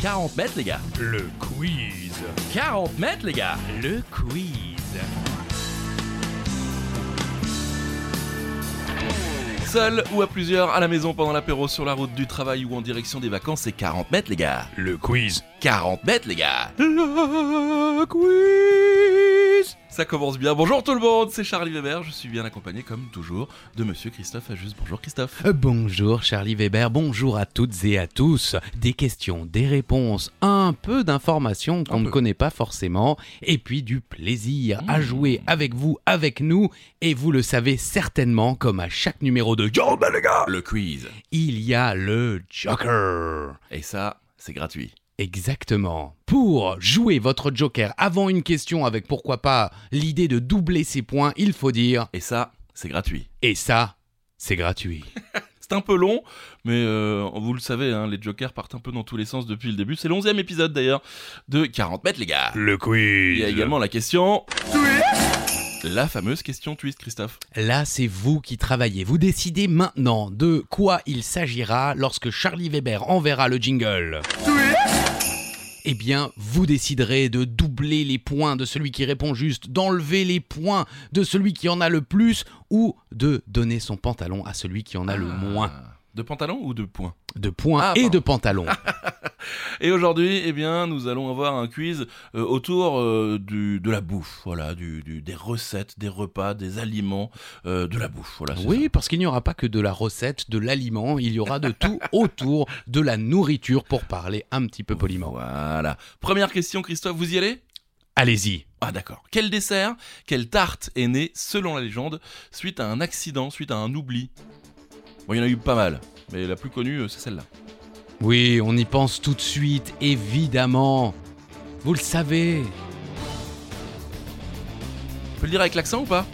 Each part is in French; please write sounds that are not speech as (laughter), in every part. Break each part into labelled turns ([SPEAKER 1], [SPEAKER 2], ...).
[SPEAKER 1] 40 mètres, les gars.
[SPEAKER 2] Le quiz.
[SPEAKER 1] 40 mètres, les gars.
[SPEAKER 2] Le quiz.
[SPEAKER 1] Seul ou à plusieurs, à la maison, pendant l'apéro, sur la route du travail ou en direction des vacances, c'est 40 mètres, les gars.
[SPEAKER 2] Le quiz.
[SPEAKER 1] 40 mètres, les gars.
[SPEAKER 2] Le quiz.
[SPEAKER 1] Ça commence bien. Bonjour tout le monde, c'est Charlie Weber. Je suis bien accompagné, comme toujours, de monsieur Christophe Ajus. Bonjour Christophe.
[SPEAKER 3] Euh, Bonjour Charlie Weber, bonjour à toutes et à tous. Des questions, des réponses, un peu d'informations qu'on
[SPEAKER 1] Un
[SPEAKER 3] ne
[SPEAKER 1] peu.
[SPEAKER 3] connaît pas forcément, et puis du plaisir
[SPEAKER 2] Mmh.
[SPEAKER 3] à jouer avec vous, avec nous, et vous le savez certainement, comme à chaque numéro de Yo, ben les gars,
[SPEAKER 1] Le quiz.
[SPEAKER 3] il y a le Joker.
[SPEAKER 1] Et ça, c'est gratuit.
[SPEAKER 3] Exactement. Pour jouer votre Joker avant une question avec pourquoi pas l'idée de doubler ses points, il faut dire,
[SPEAKER 1] Et ça, c'est gratuit.
[SPEAKER 3] et ça, c'est gratuit.
[SPEAKER 1] C'est un peu long, mais euh, vous le savez, hein, les jokers partent un peu dans tous les sens depuis le début. C'est le 11e épisode d'ailleurs de 40 mètres, les gars.
[SPEAKER 2] Le quiz.
[SPEAKER 1] Il y a également la question. La fameuse question twist, Christophe.
[SPEAKER 3] Là, c'est vous qui travaillez. Vous décidez maintenant de quoi il s'agira lorsque Charlie Weber enverra le jingle. Eh bien, vous déciderez de doubler les points de celui qui répond juste, d'enlever les points de celui qui en a le plus ou de donner son pantalon à celui qui en a Ah, le moins
[SPEAKER 1] Ah. De pantalon ou de points
[SPEAKER 3] de points
[SPEAKER 1] Ah,
[SPEAKER 3] et
[SPEAKER 1] pardon.
[SPEAKER 3] de pantalon.
[SPEAKER 1] Et aujourd'hui, eh bien, nous allons avoir un quiz euh, autour euh, du, de la bouffe, voilà, du, du- des recettes, des repas, des aliments, euh, de la bouffe, voilà. c'est
[SPEAKER 3] Oui, parce qu'il n'y aura pas que de la recette, de l'aliment, il y aura de tout autour de la nourriture pour parler un petit peu
[SPEAKER 1] ça.
[SPEAKER 3] poliment.
[SPEAKER 1] Voilà. Première question, Christophe, vous y allez
[SPEAKER 3] Allez-y.
[SPEAKER 1] Ah d'accord. Quel dessert, quelle tarte est née, selon la légende, suite à un accident, suite à un oubli Bon, il y en a eu pas mal, mais la plus connue, euh, c'est celle-là.
[SPEAKER 3] Oui, on y pense tout de suite, évidemment. Vous le savez.
[SPEAKER 1] On peut le dire avec l'accent ou pas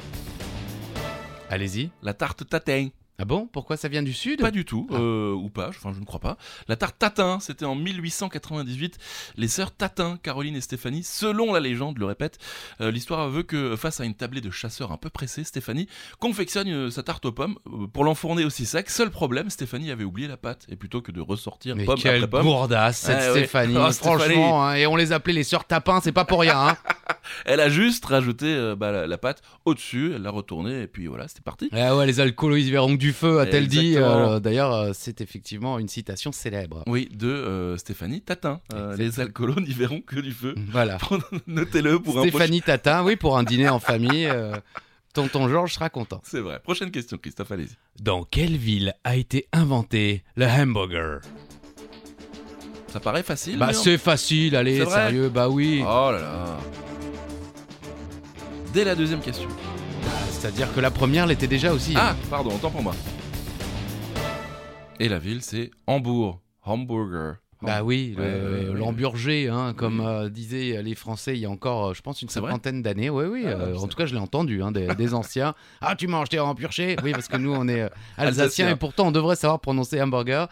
[SPEAKER 3] Allez-y.
[SPEAKER 1] La tarte tatin.
[SPEAKER 3] Ah bon Pourquoi ça vient du sud
[SPEAKER 1] Pas du tout,
[SPEAKER 3] Ah.
[SPEAKER 1] euh, ou pas, je- enfin je ne crois pas. La tarte tatin, c'était en 1898. Les sœurs Tatin, Caroline et Stéphanie, selon la légende, le répète, euh, l'histoire veut que face à une tablée de chasseurs un peu pressés, Stéphanie confectionne euh, sa tarte aux pommes euh, pour l'enfourner aussi sec. Seul problème, Stéphanie avait oublié la pâte. Et plutôt que de ressortir
[SPEAKER 3] Mais
[SPEAKER 1] pomme
[SPEAKER 3] quelle
[SPEAKER 1] après pomme,
[SPEAKER 3] gourdasse cette
[SPEAKER 1] Ah ouais.
[SPEAKER 3] Oh, Stéphanie,
[SPEAKER 1] Ah, Stéphanie.
[SPEAKER 3] franchement, hein, et on les appelait les sœurs tapins, c'est pas pour rien. Hein.
[SPEAKER 1] Elle a juste rajouté euh, bah, la, la pâte au-dessus, elle l'a retournée et puis voilà, c'était parti.
[SPEAKER 3] (laughs) ah ouais, les alcoolos ils verront que du feu, a-t-elle dit.
[SPEAKER 1] Exactement.
[SPEAKER 3] Euh, D'ailleurs, euh, c'est effectivement une citation (laughs) célèbre.
[SPEAKER 1] Oui, de euh, Stéphanie Tatin. Euh,
[SPEAKER 3] Exactement.
[SPEAKER 1] les alcoolos n'y verront que du feu. (laughs)
[SPEAKER 3] Voilà.
[SPEAKER 1] Notez-le pour un prochain.
[SPEAKER 3] Stéphanie Tatin, oui, pour un dîner en famille, euh, tonton Georges sera content.
[SPEAKER 1] C'est vrai. Prochaine question, Christophe, allez-y.
[SPEAKER 3] Dans quelle ville a été inventé le hamburger
[SPEAKER 1] Ça paraît facile.
[SPEAKER 3] Bah
[SPEAKER 1] mais-
[SPEAKER 3] c'est facile, allez,
[SPEAKER 1] C'est vrai
[SPEAKER 3] sérieux, bah oui.
[SPEAKER 1] Oh là là. Dès la deuxième question.
[SPEAKER 3] C'est-à-dire que la première l'était déjà aussi.
[SPEAKER 1] Ah, pardon, autant pour moi. Et la ville, c'est Hambourg. Hamburger.
[SPEAKER 3] Bah oui, le-
[SPEAKER 1] Ouais, ouais, ouais,
[SPEAKER 3] l'hamburger, hein, comme
[SPEAKER 1] Oui.
[SPEAKER 3] euh, disaient les Français il y a encore, euh, je pense, une
[SPEAKER 1] C'est vrai
[SPEAKER 3] cinquantaine d'années. Oui, oui,
[SPEAKER 1] Ah,
[SPEAKER 3] euh,
[SPEAKER 1] putain.
[SPEAKER 3] en tout cas, je l'ai entendu hein, des, des anciens. Ah, tu manges tes hamburgers Oui, parce que nous, on
[SPEAKER 1] (laughs)
[SPEAKER 3] est euh,
[SPEAKER 1] Alsacien.
[SPEAKER 3] alsaciens et pourtant, on devrait savoir prononcer hamburger.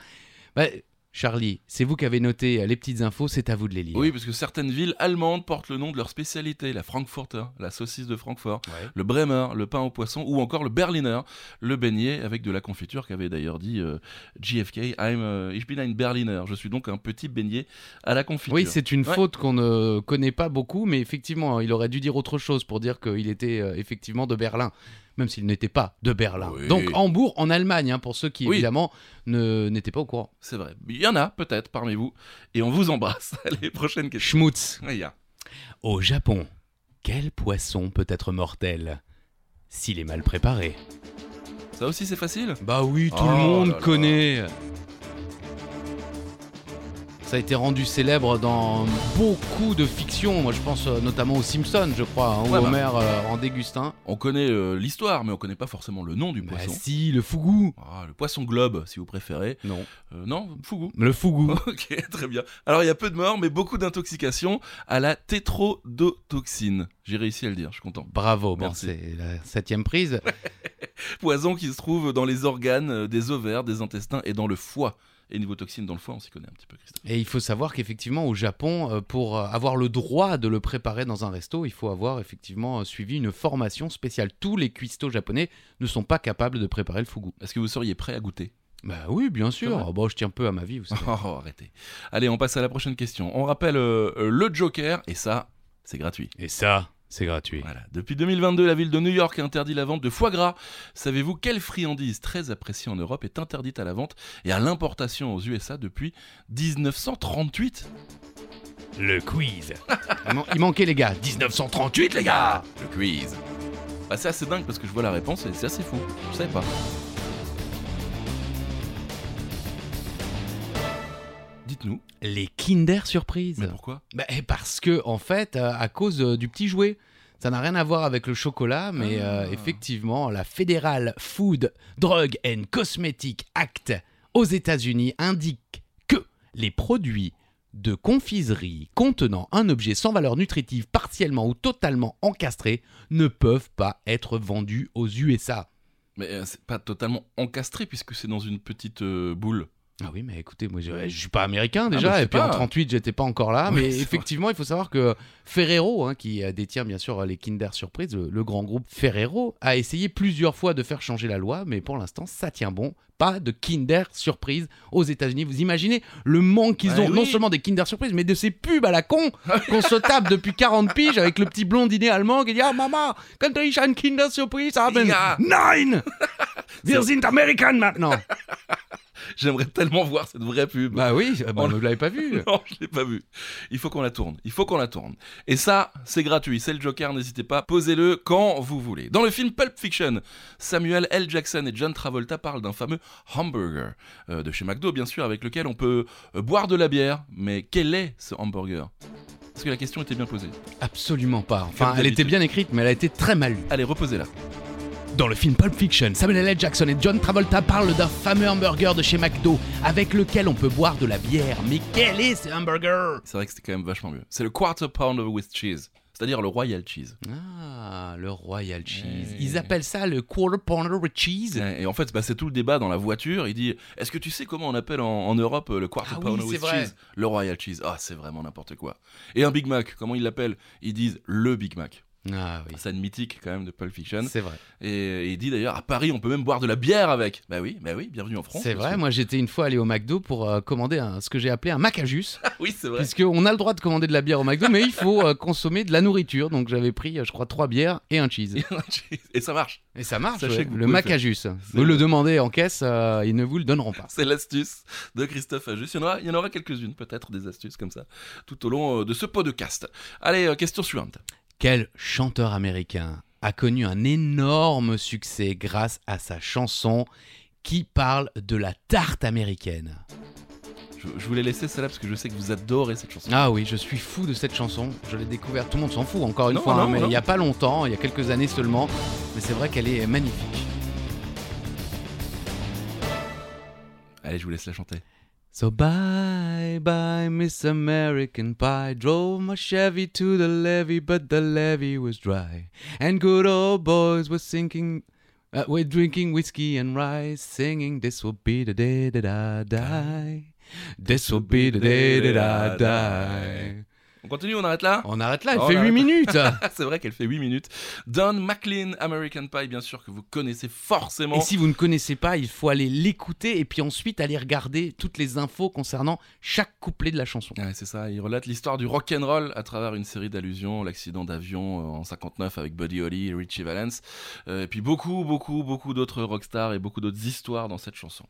[SPEAKER 3] Bah, Charlie, c'est vous qui avez noté euh, les petites infos, c'est à vous de les lire.
[SPEAKER 1] Oui, parce que certaines villes allemandes portent le nom de leur spécialité, la Frankfurter, la saucisse de Francfort,
[SPEAKER 3] Ouais.
[SPEAKER 1] le Bremer, le pain au poisson, ou encore le Berliner, le beignet avec de la confiture qu'avait d'ailleurs dit euh, JFK, I'm, euh, ich bin ein Berliner, je suis donc un petit beignet à la confiture.
[SPEAKER 3] Oui, c'est une
[SPEAKER 1] Ouais.
[SPEAKER 3] faute qu'on ne connaît pas beaucoup, mais effectivement, il aurait dû dire autre chose pour dire qu'il était euh, effectivement de Berlin, même s'il n'était pas de Berlin.
[SPEAKER 1] Oui.
[SPEAKER 3] Donc Hambourg en Allemagne, hein, pour ceux qui
[SPEAKER 1] Oui.
[SPEAKER 3] évidemment ne- n'étaient pas au courant.
[SPEAKER 1] C'est vrai. Il y en a peut-être parmi vous, et on vous embrasse. (laughs) Allez, prochaine question.
[SPEAKER 3] Schmutz.
[SPEAKER 1] Il y a.
[SPEAKER 3] Au Japon, quel poisson peut être mortel s'il est mal préparé
[SPEAKER 1] Ça aussi, c'est facile
[SPEAKER 3] Bah oui, tout
[SPEAKER 1] Oh
[SPEAKER 3] le monde
[SPEAKER 1] là là.
[SPEAKER 3] connaît. Ça a été rendu célèbre dans beaucoup de fictions. Moi, je pense euh, notamment aux Simpsons, je crois, hein, où
[SPEAKER 1] Ouais, bah.
[SPEAKER 3] Homer euh, en déguste un.
[SPEAKER 1] On connaît euh, l'histoire, mais on connaît pas forcément le nom du
[SPEAKER 3] Bah
[SPEAKER 1] poisson.
[SPEAKER 3] si, le fougou.
[SPEAKER 1] Ah, le poisson globe, si vous préférez.
[SPEAKER 3] Non.
[SPEAKER 1] Euh, non, fougou.
[SPEAKER 3] Le fougou.
[SPEAKER 1] (laughs) Ok, très bien. Alors, il y a peu de morts, mais beaucoup d'intoxication à la tétrodotoxine. J'ai réussi à le dire, je suis content.
[SPEAKER 3] Bravo, bon,
[SPEAKER 1] Merci.
[SPEAKER 3] c'est la septième prise.
[SPEAKER 1] Poison qui se trouve dans les organes euh, des ovaires, des intestins et dans le foie. Et niveau toxine dans le foie, on s'y connaît un petit peu, Christophe.
[SPEAKER 3] Et il faut savoir qu'effectivement, au Japon, euh, pour euh, avoir le droit de le préparer dans un resto, il faut avoir effectivement euh, suivi une formation spéciale. Tous les cuistots japonais ne sont pas capables de préparer le fougou.
[SPEAKER 1] Est-ce que vous seriez prêt à goûter
[SPEAKER 3] Bah oui, bien sûr. Bon, je tiens peu à ma vie, vous savez.
[SPEAKER 1] (laughs) Oh, arrêtez. Allez, on passe à la prochaine question. On rappelle euh, euh, le Joker, et ça, c'est gratuit.
[SPEAKER 3] Et ça, c'est gratuit.
[SPEAKER 1] Voilà. Depuis 2022, la ville de New York interdit la vente de foie gras. Savez-vous quelle friandise très appréciée en Europe est interdite à la vente et à l'importation aux USA depuis 1938
[SPEAKER 2] Le quiz.
[SPEAKER 3] Il man- Il manquait les gars. 1938 les gars
[SPEAKER 1] Le quiz bah, C'est assez dingue parce que je vois la réponse et c'est assez fou. Je savais pas. Dites-nous,
[SPEAKER 3] Les Kinder Surprise.
[SPEAKER 1] mais pourquoi
[SPEAKER 3] Bah, et parce que, en fait, euh, à cause euh, du petit jouet. Ça n'a rien à voir avec le chocolat, mais euh,
[SPEAKER 1] Ah.
[SPEAKER 3] effectivement, la Federal Food, Drug and Cosmetic Act aux États-Unis indique que les produits de confiserie contenant un objet sans valeur nutritive partiellement ou totalement encastré ne peuvent pas être vendus aux USA.
[SPEAKER 1] Mais euh, c'est pas totalement encastré puisque c'est dans une petite euh, boule.
[SPEAKER 3] Ah oui, mais écoutez, moi je, je suis pas américain
[SPEAKER 1] bah,
[SPEAKER 3] déjà,
[SPEAKER 1] je sais
[SPEAKER 3] et puis en
[SPEAKER 1] pas.
[SPEAKER 3] 38 j'étais pas encore là,
[SPEAKER 1] Ouais,
[SPEAKER 3] mais
[SPEAKER 1] c'est
[SPEAKER 3] effectivement il faut savoir que Ferrero, hein, qui euh, détient bien sûr euh, les Kinder Surprise, le, le grand groupe Ferrero, a essayé plusieurs fois de faire changer la loi, mais pour l'instant ça tient bon, pas de Kinder Surprise aux États-Unis. Vous imaginez le manque qu'ils
[SPEAKER 1] Ouais,
[SPEAKER 3] ont, non
[SPEAKER 1] oui. Ah
[SPEAKER 3] seulement des Kinder Surprise, mais de ces pubs à
[SPEAKER 1] (laughs)
[SPEAKER 3] la con qu'on se tape depuis 40 piges avec le petit blondinet allemand qui dit Ah maman, quand ich ein Kinder Surprise haben,
[SPEAKER 1] Ja. (laughs)
[SPEAKER 3] nein, wir sind American maintenant.
[SPEAKER 1] J'aimerais tellement voir cette vraie pub.
[SPEAKER 3] bah oui, euh, bah,
[SPEAKER 1] On-
[SPEAKER 3] vous l'avez pas vu.
[SPEAKER 1] Non, je l'ai pas vu. Il faut qu'on la tourne. Il faut qu'on la tourne. Et ça, c'est gratuit. C'est le Joker. N'hésitez pas. Posez-le quand vous voulez. Dans le film Pulp Fiction, Samuel L. Jackson et John Travolta parlent d'un fameux hamburger euh, de chez McDo, bien sûr, avec lequel on peut euh, boire de la bière. Mais quel est ce hamburger Parce que la question était bien posée.
[SPEAKER 3] Absolument pas. Enfin,
[SPEAKER 1] Comme
[SPEAKER 3] elle était
[SPEAKER 1] d'habitude.
[SPEAKER 3] bien écrite, mais elle a été très mal lue.
[SPEAKER 1] Allez, reposez-la.
[SPEAKER 3] Dans le film Pulp Fiction, Samuel L. Jackson et John Travolta parlent d'un fameux hamburger de chez McDo avec lequel on peut boire de la bière. Mais quel est ce hamburger
[SPEAKER 1] C'est vrai que c'était quand même vachement mieux. C'est le quarter pounder with cheese, c'est-à-dire le royal cheese.
[SPEAKER 3] Ah, le Royal Cheese.
[SPEAKER 1] Eh.
[SPEAKER 3] Ils appellent ça le Quarter Pounder with Cheese.
[SPEAKER 1] Et en fait, bah, c'est tout le débat dans la voiture. Il dit Est-ce que tu sais comment on appelle en, en Europe euh, le quarter
[SPEAKER 3] Ah oui,
[SPEAKER 1] pounder
[SPEAKER 3] c'est
[SPEAKER 1] with
[SPEAKER 3] vrai.
[SPEAKER 1] cheese Le Royal Cheese. Ah, c'est vraiment n'importe quoi. Et un Big Mac, comment ils l'appellent Ils disent le Big Mac.
[SPEAKER 3] Ah oui,
[SPEAKER 1] Scène mythique quand même de Pulp Fiction.
[SPEAKER 3] c'est vrai.
[SPEAKER 1] Et, et il dit d'ailleurs À Paris, on peut même boire de la bière avec. Bah oui, bah oui, bienvenue en France.
[SPEAKER 3] C'est
[SPEAKER 1] monsieur.
[SPEAKER 3] vrai, moi j'étais une fois allé au McDo pour euh, commander un- ce que j'ai appelé un macajus.
[SPEAKER 1] Ah oui, c'est (laughs) vrai.
[SPEAKER 3] Puisqu'on a le droit de commander de la bière au McDo, mais il faut euh, consommer de la nourriture. Donc j'avais pris, euh, je crois, trois bières et un cheese.
[SPEAKER 1] Et ça marche.
[SPEAKER 3] Et ça marche,
[SPEAKER 1] Sachez
[SPEAKER 3] ouais.
[SPEAKER 1] que vous
[SPEAKER 3] le
[SPEAKER 1] pouvez
[SPEAKER 3] Macajus. Vous le demandez en caisse, euh, ils ne vous le donneront pas.
[SPEAKER 1] C'est l'astuce de Christophe Ajus. Il y en aura, il y en aura quelques-unes, peut-être, des astuces comme ça, tout au long euh, de ce podcast. Allez, euh, question suivante.
[SPEAKER 3] Quel chanteur américain a connu un énorme succès grâce à sa chanson qui parle de la tarte américaine
[SPEAKER 1] Je, je voulais laisser celle-là parce que je sais que vous adorez cette chanson.
[SPEAKER 3] Ah oui, je suis fou de cette chanson. Je l'ai découverte, tout le monde s'en fout encore une
[SPEAKER 1] Non,
[SPEAKER 3] fois, hein,
[SPEAKER 1] non,
[SPEAKER 3] mais
[SPEAKER 1] non.
[SPEAKER 3] il n'y a pas longtemps, il y a quelques années seulement. Mais c'est vrai qu'elle est magnifique.
[SPEAKER 1] Allez, je vous laisse la chanter.
[SPEAKER 3] So bye bye, Miss American Pie. Drove my Chevy to the levee, but the levee was dry. And good old boys were sinking. Uh, we're drinking whiskey and rice, singing, This will be the day that I die. This will be the day that I die.
[SPEAKER 1] On continue, on arrête (laughs) là
[SPEAKER 3] On arrête là, elle
[SPEAKER 1] On
[SPEAKER 3] fait
[SPEAKER 1] arrête.
[SPEAKER 3] 8 minutes. hein.
[SPEAKER 1] (laughs) C'est vrai qu'elle fait 8 minutes. Don McLean, American Pie, bien sûr que vous connaissez forcément.
[SPEAKER 3] Et si vous ne connaissez pas, il faut aller l'écouter et puis ensuite aller regarder toutes les infos concernant chaque couplet de la chanson.
[SPEAKER 1] Ah Ouais, c'est ça, il relate l'histoire du rock'n'roll à travers une série d'allusions, l'accident d'avion euh, en 59 avec Buddy Holly et Richie Valens, Euh, et puis beaucoup, beaucoup, beaucoup d'autres rockstars et beaucoup d'autres histoires dans cette chanson.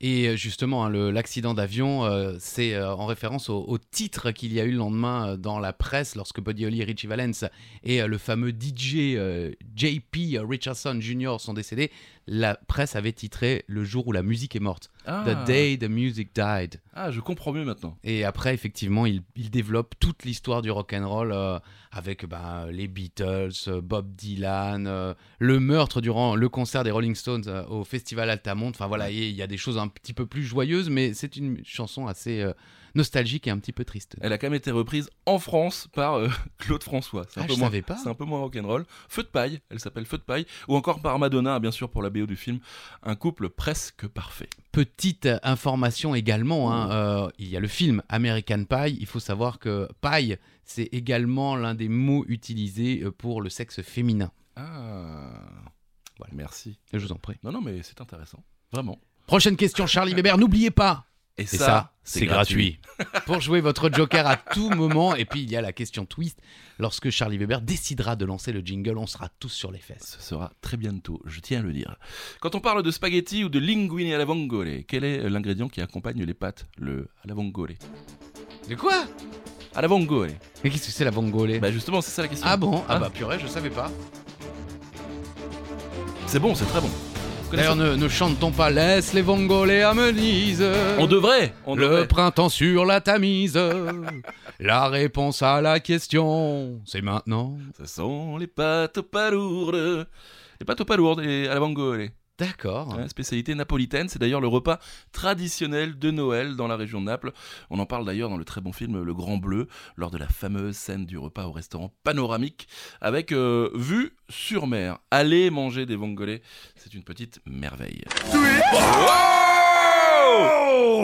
[SPEAKER 3] Et justement, hein, le- l'accident d'avion, euh, c'est euh, en référence au, au titre qu'il y a eu le lendemain euh, dans la presse lorsque Buddy Holly et Richie Valens et euh, le fameux DJ euh, JP Richardson Jr. sont décédés. La presse avait titré Le jour où la musique est morte.
[SPEAKER 1] Ah,
[SPEAKER 3] The day the music died.
[SPEAKER 1] ah je comprends mieux maintenant.
[SPEAKER 3] Et après, effectivement, il, il développe toute l'histoire du rock'n'roll euh, avec ben, les Beatles, euh, Bob Dylan, euh, le meurtre durant le concert des Rolling Stones euh, au Festival Altamont. Enfin voilà, et il y a des choses un petit peu plus joyeuses, mais c'est une chanson assez euh, nostalgique et un petit peu triste.
[SPEAKER 1] Elle a quand même été reprise en France par euh, (laughs) Claude François. C'est un
[SPEAKER 3] Ah,
[SPEAKER 1] peu
[SPEAKER 3] je
[SPEAKER 1] moins
[SPEAKER 3] savais pas.
[SPEAKER 1] C'est un peu moins rock'n'roll. Feu de paille, elle s'appelle Feu de paille. Ou encore par Madonna, bien sûr, pour la BO du film. Un couple presque parfait.
[SPEAKER 3] Petite information également,
[SPEAKER 1] Mmh.
[SPEAKER 3] hein, euh, il y a le film American Pie. Il faut savoir que pie, c'est également l'un des mots utilisés euh, pour le sexe féminin.
[SPEAKER 1] Ah. Merci.
[SPEAKER 3] Je vous en prie.
[SPEAKER 1] Non, non, mais c'est intéressant. Vraiment.
[SPEAKER 3] Prochaine question, Charlie Weber. N'oubliez pas,
[SPEAKER 1] Et
[SPEAKER 3] et ça, c'est gratuit. (laughs) Pour jouer votre joker à tout moment. Et puis, il y a la question twist. Lorsque Charlie Weber décidera de lancer le jingle, on sera tous sur les fesses.
[SPEAKER 1] Ce sera très bientôt, je tiens à le dire. Quand on parle de spaghetti ou de linguine alla vongole, quel est l'ingrédient qui accompagne les pâtes Le alla vongole.
[SPEAKER 3] De quoi
[SPEAKER 1] Alla vongole.
[SPEAKER 3] Mais qu'est-ce que c'est la vongole
[SPEAKER 1] Bah justement, c'est ça la question.
[SPEAKER 3] Ah bon Ah
[SPEAKER 1] Hein
[SPEAKER 3] bah purée, je savais pas.
[SPEAKER 1] C'est bon, c'est très bon. Vous connaissez-
[SPEAKER 3] D'ailleurs, ne, ne chantons pas Laisse les vongolais à Venise.
[SPEAKER 1] on devrait, on
[SPEAKER 3] Le
[SPEAKER 1] devrait.
[SPEAKER 3] printemps sur la Tamise. la réponse à la question, c'est maintenant.
[SPEAKER 1] Ce sont les pâtes aux palourdes. Les pâtes aux palourdes et alla vongole.
[SPEAKER 3] D'accord.
[SPEAKER 1] Ouais, Hein, spécialité napolitaine, c'est d'ailleurs le repas traditionnel de Noël dans la région de Naples. On en parle d'ailleurs dans le très bon film Le Grand Bleu, lors de la fameuse scène du repas au restaurant panoramique, avec euh, vue sur mer. Allez manger des vongolais, c'est une petite merveille.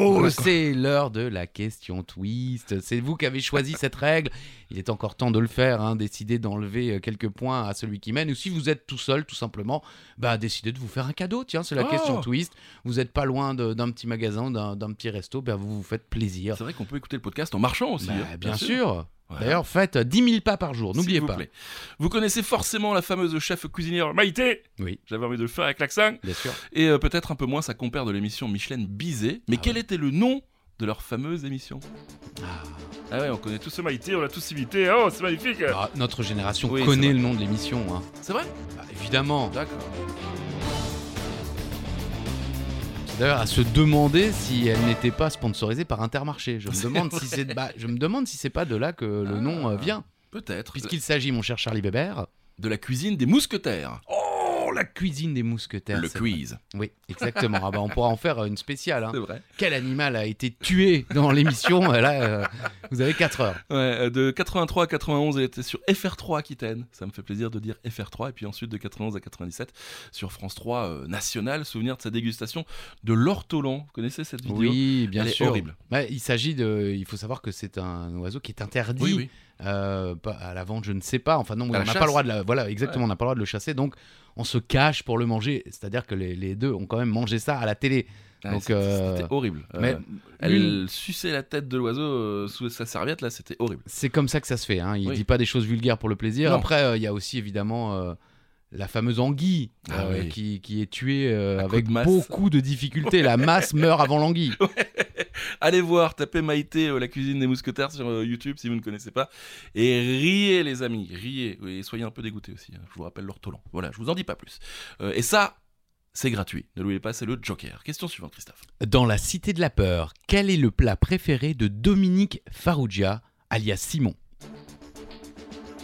[SPEAKER 3] Oh, c'est l'heure de la question twist. C'est vous qui avez choisi cette règle. Il est encore temps de le faire. Hein. Décidez d'enlever euh, quelques points à celui qui mène. Ou si vous êtes tout seul, tout simplement, bah, décidez de vous faire un cadeau. Tiens, c'est la
[SPEAKER 1] Oh.
[SPEAKER 3] question twist. Vous n'êtes pas loin de- d'un petit magasin, d'un d'un petit resto. Bah, vous vous faites plaisir.
[SPEAKER 1] C'est vrai qu'on peut écouter le podcast en marchant aussi.
[SPEAKER 3] Bah,
[SPEAKER 1] hein,
[SPEAKER 3] bien, sûr.
[SPEAKER 1] Ouais.
[SPEAKER 3] D'ailleurs, faites euh, 10 000 pas par jour.
[SPEAKER 1] S'il
[SPEAKER 3] N'oubliez
[SPEAKER 1] vous
[SPEAKER 3] pas.
[SPEAKER 1] plaît. Vous connaissez forcément la fameuse chef cuisinière Maïté
[SPEAKER 3] Oui.
[SPEAKER 1] J'avais envie de le faire avec l'accent.
[SPEAKER 3] Bien sûr.
[SPEAKER 1] Et euh, peut-être un peu moins sa compère de l'émission Michelaine Bizet. Mais
[SPEAKER 3] Ah
[SPEAKER 1] quel était le nom de leur fameuse émission
[SPEAKER 3] Ah.
[SPEAKER 1] Ah ouais, on connaît tous ce Maïté.
[SPEAKER 2] on l'a tous imité, oh, c'est magnifique
[SPEAKER 3] Bah, notre génération
[SPEAKER 1] Euh, Oui, c'est
[SPEAKER 3] connaît
[SPEAKER 1] vrai.
[SPEAKER 3] le nom de l'émission. hein.
[SPEAKER 1] C'est vrai
[SPEAKER 3] Bah, évidemment.
[SPEAKER 1] D'accord.
[SPEAKER 3] C'est D'ailleurs, à se demander si elle n'était pas sponsorisée par Intermarché. Je me demande si c'est bah, je me demande si c'est pas de là que le nom euh, vient,
[SPEAKER 1] Peut-être.
[SPEAKER 3] puisqu'il s'agit, mon cher Charlie Weber,
[SPEAKER 1] De la cuisine des mousquetaires.
[SPEAKER 3] oh la cuisine des mousquetaires.
[SPEAKER 1] le
[SPEAKER 3] c'est
[SPEAKER 1] quiz.
[SPEAKER 3] vrai. Oui, exactement. Ah bah, on pourra en faire euh, une spéciale. hein.
[SPEAKER 1] C'est vrai.
[SPEAKER 3] Quel animal a été tué dans l'émission Euh, Là, euh, vous avez 4 heures.
[SPEAKER 1] Ouais, euh, de 83 à 91, elle était sur FR3 Aquitaine. Ça me fait plaisir de dire FR3. Et puis ensuite, de 91 à 97, sur France 3 euh, National, souvenir de sa dégustation de l'ortolan. Vous connaissez cette vidéo
[SPEAKER 3] Oui, bien
[SPEAKER 1] Elle est
[SPEAKER 3] sûr.
[SPEAKER 1] horrible.
[SPEAKER 3] Bah, il s'agit de. Il faut savoir que c'est un oiseau qui est interdit.
[SPEAKER 1] Oui, oui.
[SPEAKER 3] euh, pas- à la vente, je ne sais pas. Enfin non,
[SPEAKER 1] À
[SPEAKER 3] on
[SPEAKER 1] la
[SPEAKER 3] n'a pas
[SPEAKER 1] chasse.
[SPEAKER 3] le droit de la. Voilà, exactement, on n'a pas le droit de le chasser. Donc on se cache pour le manger. C'est-à-dire que les, les deux ont quand même mangé ça à la télé.
[SPEAKER 1] Ouais,
[SPEAKER 3] Donc,
[SPEAKER 1] Ah, c'était-
[SPEAKER 3] euh,
[SPEAKER 1] C'était horrible. Euh,
[SPEAKER 3] Mais l'une-
[SPEAKER 1] Elle suçait la tête de l'oiseau euh, sous sa serviette, là, c'était horrible.
[SPEAKER 3] c'est comme ça que ça se fait. hein. Il
[SPEAKER 1] Oui.
[SPEAKER 3] dit pas des choses vulgaires pour le plaisir.
[SPEAKER 1] Non.
[SPEAKER 3] Après, euh, il y a aussi évidemment. euh, la fameuse anguille
[SPEAKER 1] Ah
[SPEAKER 3] euh,
[SPEAKER 1] oui.
[SPEAKER 3] qui, qui est tuée euh,
[SPEAKER 1] À coup
[SPEAKER 3] avec
[SPEAKER 1] de masse.
[SPEAKER 3] beaucoup de difficultés. La masse meurt avant l'anguille.
[SPEAKER 1] (laughs) Allez voir, tapez Maïté, euh, la cuisine des mousquetaires sur euh, YouTube si vous ne connaissez pas. Et riez, les amis, riez. Oui, Et soyez un peu dégoûtés aussi. hein. Je vous rappelle l'ortolan. Voilà, je vous en dis pas plus. Euh, et ça, c'est gratuit. Ne l'oubliez pas, c'est le Joker. Question suivante, Christophe.
[SPEAKER 3] Dans La Cité de la Peur, quel est le plat préféré de Dominique Farrugia, alias Simon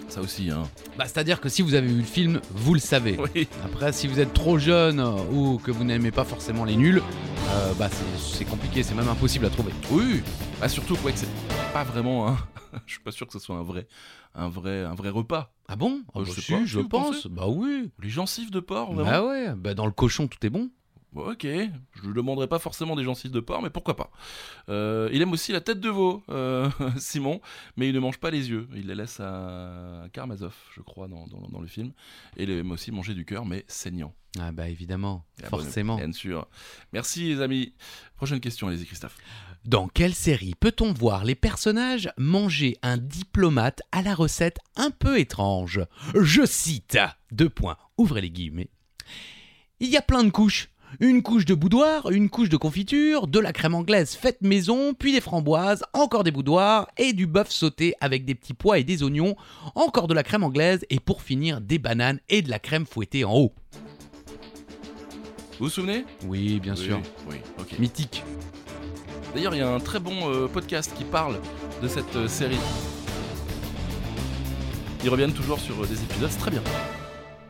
[SPEAKER 1] Ça aussi, hein.
[SPEAKER 3] bah, C'est-à-dire que si vous avez vu le film, vous le savez.
[SPEAKER 1] Oui.
[SPEAKER 3] Après, si vous êtes trop jeune euh, ou que vous n'aimez pas forcément les nuls, euh, bah, c'est- c'est compliqué, c'est même impossible à trouver.
[SPEAKER 1] Oui. Bah,
[SPEAKER 3] ah,
[SPEAKER 1] surtout, quoi, que c'est pas vraiment un. (laughs) je suis pas sûr que ce soit un vrai, un vrai, un vrai repas.
[SPEAKER 3] Ah bon
[SPEAKER 1] Euh, je sais
[SPEAKER 3] Je si,
[SPEAKER 1] pas,
[SPEAKER 3] je
[SPEAKER 1] vous
[SPEAKER 3] pense. Bah oui.
[SPEAKER 1] Les gencives de porc, vraiment.
[SPEAKER 3] Bah ouais, bah, dans le cochon, tout est bon.
[SPEAKER 1] Bon, ok, je ne demanderai pas forcément des gencives de porc, mais pourquoi pas. Euh, il aime aussi la tête de veau, euh, (laughs) Simon, mais il ne mange pas les yeux. Il les laisse à Karmazov, je crois, dans, dans- dans le film. Et il aime aussi manger du cœur, mais saignant.
[SPEAKER 3] Ah bah évidemment,
[SPEAKER 1] Et la bonne-
[SPEAKER 3] forcément.
[SPEAKER 1] Bien sûr. Merci, les amis. Prochaine question, allez-y, Christophe.
[SPEAKER 3] Dans quelle série peut-on voir les personnages manger un diplomate à la recette un peu étrange Je cite, deux points, ouvrez les guillemets. Il y a plein de couches. Une couche de boudoir, une couche de confiture, de la crème anglaise faite maison, puis des framboises, encore des boudoirs et du bœuf sauté avec des petits pois et des oignons, encore de la crème anglaise et pour finir des bananes et de la crème fouettée en haut.
[SPEAKER 1] Vous vous souvenez
[SPEAKER 3] Oui, bien
[SPEAKER 1] Oui, Oui, ok.
[SPEAKER 3] Mythique.
[SPEAKER 1] D'ailleurs, il y a un très bon euh, podcast qui parle de cette euh, série. Ils reviennent toujours sur euh, des épisodes, c'est très bien.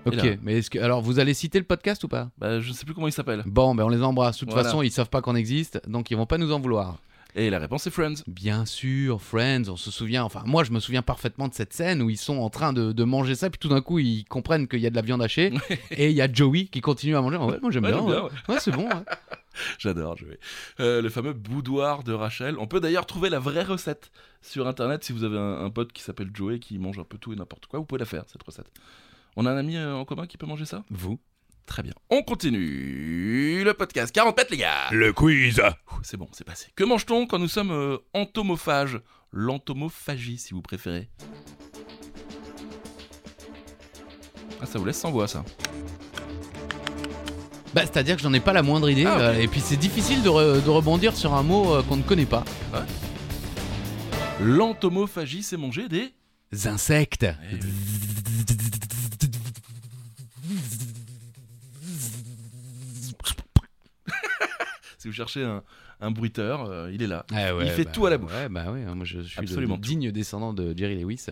[SPEAKER 1] Et là
[SPEAKER 3] Ok, mais est-ce que alors vous allez citer le podcast ou pas
[SPEAKER 1] Bah, je ne sais plus comment il s'appelle.
[SPEAKER 3] Bon, ben on les embrasse. De toute
[SPEAKER 1] Voilà.
[SPEAKER 3] façon, ils savent pas qu'on existe, donc ils vont pas nous en vouloir.
[SPEAKER 1] Et la réponse est Friends.
[SPEAKER 3] Bien sûr, Friends, on se souvient. Enfin, moi, je me souviens parfaitement de cette scène où ils sont en train de, de manger ça, puis tout d'un coup, ils comprennent qu'il y a de la
[SPEAKER 1] (laughs)
[SPEAKER 3] viande hachée, et il y a Joey qui continue à manger. Ouais, moi j'aime
[SPEAKER 1] Ouais,
[SPEAKER 3] bien.
[SPEAKER 1] j'aime
[SPEAKER 3] ouais.
[SPEAKER 1] bien, ouais.
[SPEAKER 3] Ouais, c'est bon. ouais.
[SPEAKER 1] J'adore, je vais. Euh, le fameux boudoir de Rachel. On peut d'ailleurs trouver la vraie recette sur internet. Si vous avez un, un pote qui s'appelle Joey qui mange un peu tout et n'importe quoi, (laughs) vous pouvez la faire cette recette. On a un ami euh, en commun qui peut manger ça
[SPEAKER 3] Vous
[SPEAKER 1] Très bien. On continue le podcast 40 mètres, les gars.
[SPEAKER 3] Le quiz
[SPEAKER 1] Ouh, C'est bon, c'est passé. Que mange-t-on quand nous sommes euh, entomophages L'entomophagie, si vous préférez. Ah, ça vous laisse sans voix, ça.
[SPEAKER 3] Bah, c'est-à-dire que j'en ai pas la moindre idée,
[SPEAKER 1] Ah, ok.
[SPEAKER 3] euh, et puis c'est difficile de, re- de rebondir sur un mot euh, qu'on ne connaît pas.
[SPEAKER 1] L'entomophagie, c'est manger des.
[SPEAKER 3] Insectes.
[SPEAKER 1] Eh
[SPEAKER 3] (laughs)
[SPEAKER 1] oui. Si vous cherchez un, un bruiteur, euh, il est là.
[SPEAKER 3] Ah ouais,
[SPEAKER 1] Il fait
[SPEAKER 3] bah,
[SPEAKER 1] tout à la bouche.
[SPEAKER 3] Ouais, bah oui, moi je suis le
[SPEAKER 1] Absolument tout.
[SPEAKER 3] digne descendant de Jerry Lewis.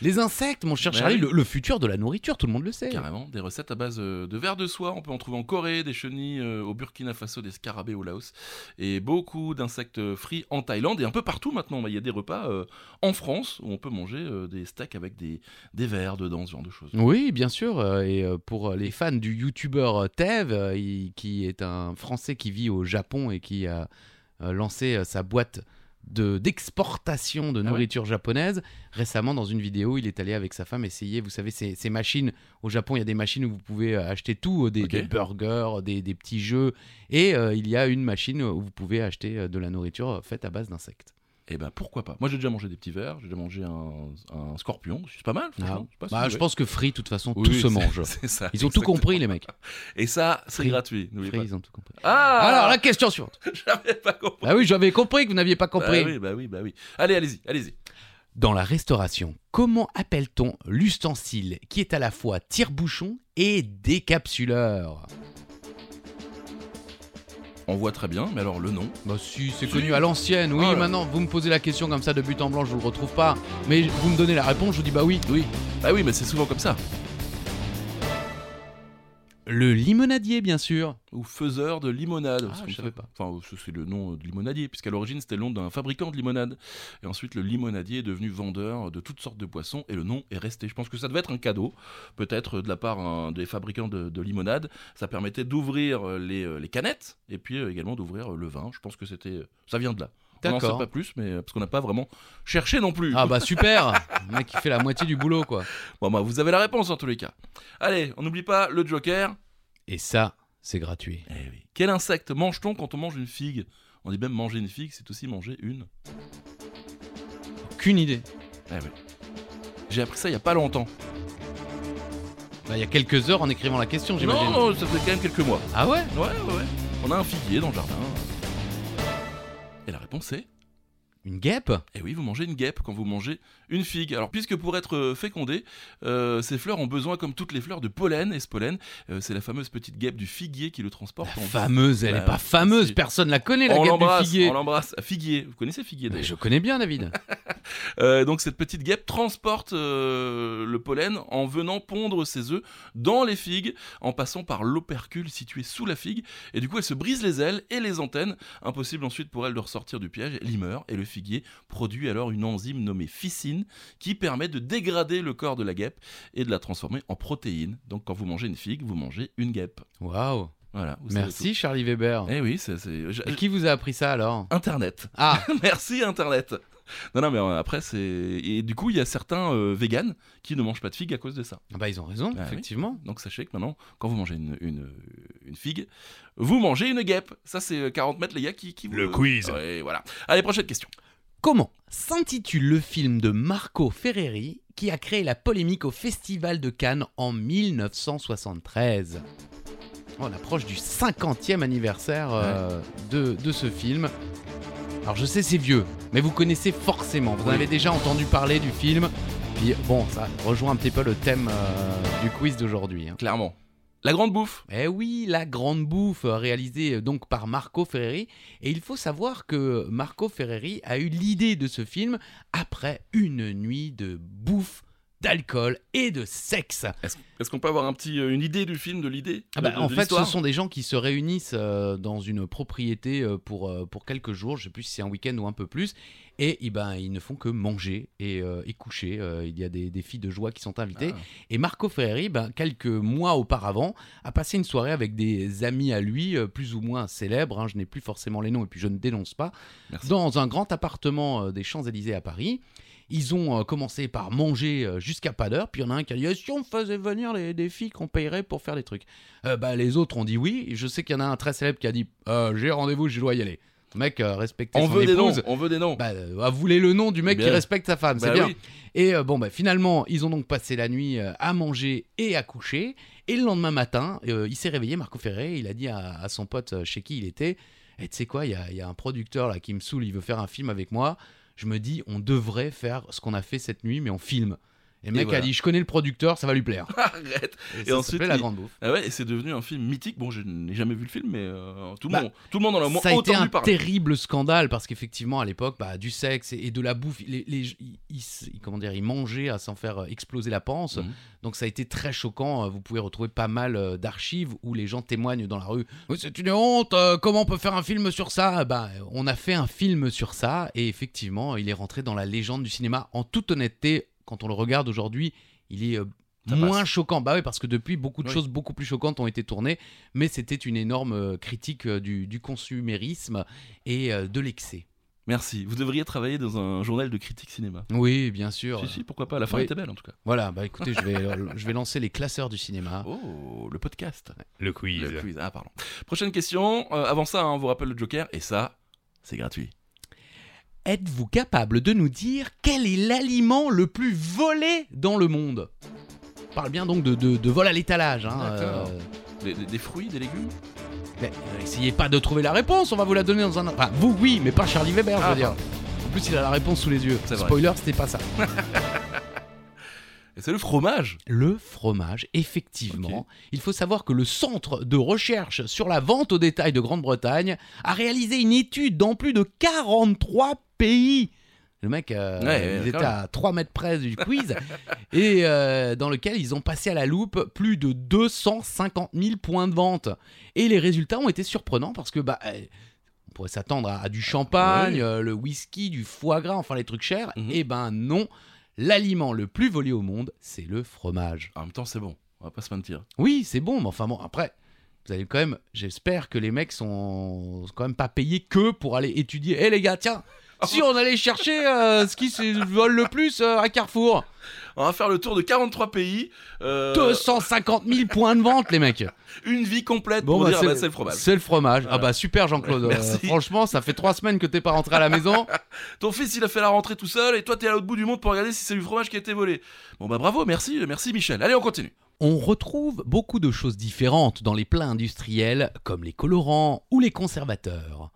[SPEAKER 3] les insectes, mon cher
[SPEAKER 1] Bah
[SPEAKER 3] Charlie,
[SPEAKER 1] oui.
[SPEAKER 3] le, le futur de la nourriture, tout le monde le sait.
[SPEAKER 1] Carrément, des recettes à base euh, de verre de soie, on peut en trouver en Corée, des chenilles euh, au Burkina Faso, des scarabées au Laos, et beaucoup d'insectes euh, frits en Thaïlande, et un peu partout maintenant, bah, il y a des repas euh, en France où on peut manger euh, des steaks avec des, des verres dedans, ce genre de choses.
[SPEAKER 3] Oui, bien sûr. euh, Et euh, pour les fans du youtubeur euh, Tev, euh, il- qui est un Français qui vit au Japon et qui a euh, lancé euh, sa boîte de- d'exportation de
[SPEAKER 1] Ah ouais
[SPEAKER 3] nourriture japonaise. Récemment, dans une vidéo, il est allé avec sa femme essayer, vous savez, ces, ces machines. Au Japon, il y a des machines où vous pouvez euh, acheter tout, euh, des,
[SPEAKER 1] Ok.
[SPEAKER 3] des burgers, des, des petits jeux. Et euh, il y a une machine où vous pouvez acheter euh, de la nourriture euh, faite à base d'insectes.
[SPEAKER 1] Et ben pourquoi pas Moi j'ai déjà mangé des petits verres, j'ai déjà mangé un, un scorpion, c'est pas mal, franchement. Ah, c'est pas si
[SPEAKER 3] Bah, je
[SPEAKER 1] mauvais.
[SPEAKER 3] pense que Free, de toute façon,
[SPEAKER 1] Oui,
[SPEAKER 3] tout se
[SPEAKER 1] c'est- (laughs)
[SPEAKER 3] mange.
[SPEAKER 1] c'est ça,
[SPEAKER 3] Ils ont tout compris, les
[SPEAKER 1] exactement. bah.
[SPEAKER 3] mecs.
[SPEAKER 1] Et ça, c'est
[SPEAKER 3] Free.
[SPEAKER 1] gratuit, n'oubliez
[SPEAKER 3] Free,
[SPEAKER 1] pas.
[SPEAKER 3] ils ont tout compris.
[SPEAKER 1] Ah
[SPEAKER 3] Alors, la question suivante.
[SPEAKER 1] (laughs) j'avais pas compris.
[SPEAKER 3] Bah oui, j'avais compris que vous n'aviez pas compris.
[SPEAKER 1] Bah oui, bah oui, bah oui. Allez, allez-y, allez-y.
[SPEAKER 3] Dans la restauration, comment appelle-t-on l'ustensile qui est à la fois tire-bouchon et décapsuleur
[SPEAKER 1] On voit très bien, mais alors le nom
[SPEAKER 3] Bah si, c'est
[SPEAKER 1] Si.
[SPEAKER 3] connu à l'ancienne. Oui,
[SPEAKER 1] Ah là.
[SPEAKER 3] maintenant, vous me posez la question comme ça de but en blanc, je vous le retrouve pas. Mais vous me donnez la réponse, je vous dis bah oui.
[SPEAKER 1] Oui. Bah oui, mais c'est souvent comme ça.
[SPEAKER 3] Le limonadier, bien sûr.
[SPEAKER 1] Ou faiseur de limonade.
[SPEAKER 3] Ah,
[SPEAKER 1] c'est comme
[SPEAKER 3] je
[SPEAKER 1] ça.
[SPEAKER 3] savais pas.
[SPEAKER 1] Enfin, ce- c'est le nom euh, de limonadier, puisqu'à l'origine c'était le nom d'un fabricant de limonade. Et ensuite, le limonadier est devenu vendeur de toutes sortes de boissons et le nom est resté. Je pense que ça devait être un cadeau, peut-être euh, de la part hein, des fabricants de, de limonade. Ça permettait d'ouvrir euh, les, euh, les canettes et puis euh, également d'ouvrir euh, le vin. Je pense que c'était. Ça vient de là. On n'en sait
[SPEAKER 3] D'accord.
[SPEAKER 1] pas plus, mais euh, parce qu'on n'a pas vraiment cherché non plus.
[SPEAKER 3] Ah
[SPEAKER 1] (laughs)
[SPEAKER 3] bah super Le mec qui fait la moitié du boulot, quoi.
[SPEAKER 1] Bon, bah, vous avez la réponse en tous les cas. Allez, on n'oublie pas le Joker.
[SPEAKER 3] Et ça, c'est gratuit.
[SPEAKER 1] Eh oui. Quel insecte mange-t-on quand on mange une figue On dit même manger une figue, c'est aussi manger une.
[SPEAKER 3] Aucune idée.
[SPEAKER 1] Eh oui. J'ai appris ça il y a pas longtemps.
[SPEAKER 3] Bah il y a quelques heures en écrivant la question,
[SPEAKER 1] Non,
[SPEAKER 3] j'imagine.
[SPEAKER 1] non, ça fait quand même quelques mois.
[SPEAKER 3] Ah ouais
[SPEAKER 1] Ouais, ouais, ouais. On a un figuier dans le jardin. Et la réponse est
[SPEAKER 3] Une guêpe
[SPEAKER 1] Eh oui, vous mangez une guêpe quand vous mangez une figue. Alors, puisque pour être euh, fécondées, euh, ces fleurs ont besoin, comme toutes les fleurs, de pollen. Et ce pollen, euh, c'est la fameuse petite guêpe du figuier qui le
[SPEAKER 3] La
[SPEAKER 1] transporte en
[SPEAKER 3] fameuse, elle
[SPEAKER 1] Bah,
[SPEAKER 3] est pas fameuse,
[SPEAKER 1] si.
[SPEAKER 3] personne la connaît, (laughs) la
[SPEAKER 1] on
[SPEAKER 3] guêpe du
[SPEAKER 1] l'embrasse,
[SPEAKER 3] figuier.
[SPEAKER 1] on l'embrasse. Ah, Figuier, vous connaissez Figuier
[SPEAKER 3] Mais
[SPEAKER 1] d'ailleurs.
[SPEAKER 3] je connais bien David.
[SPEAKER 1] Euh, donc cette petite guêpe transporte euh, le pollen en venant pondre ses œufs dans les figues, en passant par l'opercule situé sous la figue. Et du coup, elle se brise les ailes et les antennes. Impossible ensuite pour elle de ressortir du piège. Elle y meurt et le figuier produit alors une enzyme nommée ficine qui permet de dégrader le corps de la guêpe et de la transformer en protéine. Donc quand vous mangez une figue, vous mangez une guêpe.
[SPEAKER 3] (laughs) Waouh.
[SPEAKER 1] Voilà. vous savez
[SPEAKER 3] Merci Charlie Weber.
[SPEAKER 1] tout. Eh oui, c'est... c'est- j'a-
[SPEAKER 3] Et qui vous a appris ça alors
[SPEAKER 1] Internet.
[SPEAKER 3] Ah,
[SPEAKER 1] (laughs) Merci Internet. Non, non, mais euh, après, c'est. Et du coup, il y a certains euh, véganes qui ne mangent pas de figues à cause de ça.
[SPEAKER 3] bah ils ont raison,
[SPEAKER 1] Ah oui.
[SPEAKER 3] effectivement.
[SPEAKER 1] Donc sachez que maintenant, quand vous mangez une, une, une figue, vous mangez une guêpe. Ça, c'est euh, 40 mètres, les gars, qui. qui vous... euh,
[SPEAKER 2] Le quiz.
[SPEAKER 1] Ouais, voilà. Allez, prochaine question.
[SPEAKER 3] Euh, Comment s'intitule le film de Marco Ferreri qui a créé la polémique au Festival de Cannes en 1973 On approche Oh, du 50e anniversaire euh, de, de ce film. Alors je sais c'est vieux, mais vous connaissez forcément, vous en
[SPEAKER 1] Oui.
[SPEAKER 3] avez déjà entendu parler du film. Puis bon, ça rejoint un petit peu le thème euh, du quiz d'aujourd'hui. hein.
[SPEAKER 1] Clairement. La grande bouffe.
[SPEAKER 3] Eh oui, La Grande Bouffe, euh, réalisée euh, donc par Marco Ferreri. Et il faut savoir que Marco Ferreri a eu l'idée de ce film après une nuit de bouffe, d'alcool et de sexe.
[SPEAKER 1] Est-ce est-ce qu'on peut avoir un petit, euh, une idée du film, de l'idée
[SPEAKER 3] Ah
[SPEAKER 1] de-
[SPEAKER 3] bah,
[SPEAKER 1] de-
[SPEAKER 3] en
[SPEAKER 1] de
[SPEAKER 3] fait, ce
[SPEAKER 1] l'histoire
[SPEAKER 3] sont des gens qui se réunissent euh, dans une propriété euh, pour, euh, pour quelques jours, je sais plus si c'est un week-end ou un peu plus, et eh ben, ils ne font que manger et, euh, et coucher. Euh, il y a des, des filles de joie qui sont invitées.
[SPEAKER 1] Ah.
[SPEAKER 3] Et Marco Ferreri, ben, quelques mois auparavant, a passé une soirée avec des amis à lui, euh, plus ou moins célèbres, hein, je n'ai plus forcément les noms et puis je ne dénonce pas,
[SPEAKER 1] Merci.
[SPEAKER 3] dans un grand appartement euh, des Champs-Élysées à Paris. Ils ont euh, commencé par manger euh, jusqu'à pas d'heure, puis il y en a un qui a dit Eh, Si on faisait venir les, des filles qu'on payerait pour faire des trucs. Euh, bah, les autres ont dit oui. Je sais qu'il y en a un très célèbre qui a dit Euh, J'ai rendez-vous, je dois y aller. Mec, euh, respectez
[SPEAKER 1] On
[SPEAKER 3] son
[SPEAKER 1] veut des noms,
[SPEAKER 3] épouse.
[SPEAKER 1] on veut des noms.
[SPEAKER 3] Bah, euh, avouez le nom du mec
[SPEAKER 1] Bien.
[SPEAKER 3] qui respecte sa femme,
[SPEAKER 1] Bah
[SPEAKER 3] c'est bien.
[SPEAKER 1] oui. (laughs)
[SPEAKER 3] Et euh, bon, bah, finalement, ils ont donc passé la nuit euh, à manger et à coucher. Et le lendemain matin, euh, il s'est réveillé, Marco Ferré, il a dit à, à son pote euh, chez qui il était, et tu sais quoi, il y a, il y a un producteur là qui me saoule, il veut faire un film avec moi. Je me dis, on devrait faire ce qu'on a fait cette nuit, mais en film. Et le mec
[SPEAKER 1] voilà.
[SPEAKER 3] a dit, je connais le producteur, ça va lui plaire.
[SPEAKER 1] Arrête.
[SPEAKER 3] Et, ça
[SPEAKER 1] ensuite,
[SPEAKER 3] s'appelait La
[SPEAKER 1] il-
[SPEAKER 3] Grande Bouffe.
[SPEAKER 1] Ah ouais, et c'est devenu un film mythique. Bon, je n'ai jamais vu le film, mais euh, tout le
[SPEAKER 3] Bah,
[SPEAKER 1] monde, tout le monde en a au moins
[SPEAKER 3] ça a été un
[SPEAKER 1] entendu parler.
[SPEAKER 3] terrible scandale parce qu'effectivement à l'époque bah, du sexe et et de la bouffe les, les- ils, ils- comment dire ils mangeaient à s'en faire euh, exploser la panse
[SPEAKER 1] Mhm.
[SPEAKER 3] donc ça a été très choquant Euh, vous pouvez retrouver pas mal euh, d'archives où les gens témoignent dans la rue Oui, c'est une honte euh, comment on peut faire un film sur ça bah on a fait un film sur ça et effectivement il est rentré dans la légende du cinéma en toute honnêteté quand on le regarde aujourd'hui il est euh,
[SPEAKER 1] Ça
[SPEAKER 3] moins
[SPEAKER 1] passe.
[SPEAKER 3] choquant bah oui parce que depuis beaucoup de
[SPEAKER 1] Oui.
[SPEAKER 3] choses beaucoup plus choquantes ont été tournées mais c'était une énorme euh, critique euh, du, du consumérisme et euh, de l'excès.
[SPEAKER 1] Merci. Vous devriez travailler dans un journal de critique cinéma.
[SPEAKER 3] Oui, bien sûr.
[SPEAKER 1] Si, si, pourquoi pas. La fin
[SPEAKER 3] Oui.
[SPEAKER 1] était belle en tout cas.
[SPEAKER 3] Voilà, bah écoutez, je vais, je vais lancer les classeurs du cinéma.
[SPEAKER 1] Oh, le podcast.
[SPEAKER 3] Ah. Le quiz.
[SPEAKER 1] Le quiz. Ah, pardon. Prochaine question. Euh, avant ça, hein, on vous rappelle le Joker, et ça, c'est gratuit.
[SPEAKER 3] (laughs) Êtes-vous capable de nous dire quel est l'aliment le plus volé dans le monde On parle bien donc de, de- de vol à l'étalage. hein,
[SPEAKER 1] D'accord.
[SPEAKER 3] euh,
[SPEAKER 1] Des, des- des fruits, des légumes
[SPEAKER 3] mais, euh, essayez pas de trouver la réponse, on va vous la donner dans un... Enfin, vous oui, mais pas Charlie Weber, je
[SPEAKER 1] Ah,
[SPEAKER 3] veux dire. En plus, il a la réponse sous les yeux.
[SPEAKER 1] C'est vrai.
[SPEAKER 3] Spoiler, c'était pas ça.
[SPEAKER 1] Et c'est le fromage.
[SPEAKER 3] Le fromage, effectivement. Il faut savoir que le Centre de recherche sur la vente au détail de Grande-Bretagne a réalisé une étude dans plus de 43 pays. Le mec, euh,
[SPEAKER 1] Ouais,
[SPEAKER 3] ils
[SPEAKER 1] ouais,
[SPEAKER 3] étaient
[SPEAKER 1] quand
[SPEAKER 3] à 3 mètres près du quiz, et euh, dans lequel ils ont passé à la loupe plus de 250 000 points de vente. Et les résultats ont été surprenants parce que bah, euh, on pourrait s'attendre à, à du champagne,
[SPEAKER 1] Oui.
[SPEAKER 3] euh, le whisky, du foie gras, enfin les trucs chers.
[SPEAKER 1] Mhm.
[SPEAKER 3] Et ben non, l'aliment le plus volé au monde, c'est le fromage.
[SPEAKER 1] Ah, En même temps, c'est bon. On va pas se mentir.
[SPEAKER 3] Oui, c'est bon, mais enfin bon, après, vous allez quand même, j'espère que les mecs sont quand même pas payés que pour aller étudier. Eh les gars, tiens,
[SPEAKER 1] (laughs)
[SPEAKER 3] si on allait chercher euh, ce qui se vole le plus euh, à Carrefour,
[SPEAKER 1] On va faire le tour de 43 pays. euh,
[SPEAKER 3] 250 000 points de vente, les mecs.
[SPEAKER 1] Une vie (laughs) complète pour
[SPEAKER 3] bah,
[SPEAKER 1] dire ah bah, c'est le fromage.
[SPEAKER 3] C'est le fromage.
[SPEAKER 1] Voilà.
[SPEAKER 3] Ah bah super
[SPEAKER 1] (laughs)
[SPEAKER 3] Jean-Claude.
[SPEAKER 1] Ouais, merci.
[SPEAKER 3] Euh, franchement, ça fait trois semaines que t'es pas rentré à
[SPEAKER 1] (laughs)
[SPEAKER 3] la maison.
[SPEAKER 1] Ton fils, il a fait la rentrée tout seul, et toi, t'es à l'autre bout du monde pour regarder si c'est du fromage qui a été volé. Bon, bah bravo, merci, merci Michel. Allez, on continue.
[SPEAKER 3] On retrouve beaucoup de choses différentes dans les plats industriels, comme les colorants ou les conservateurs.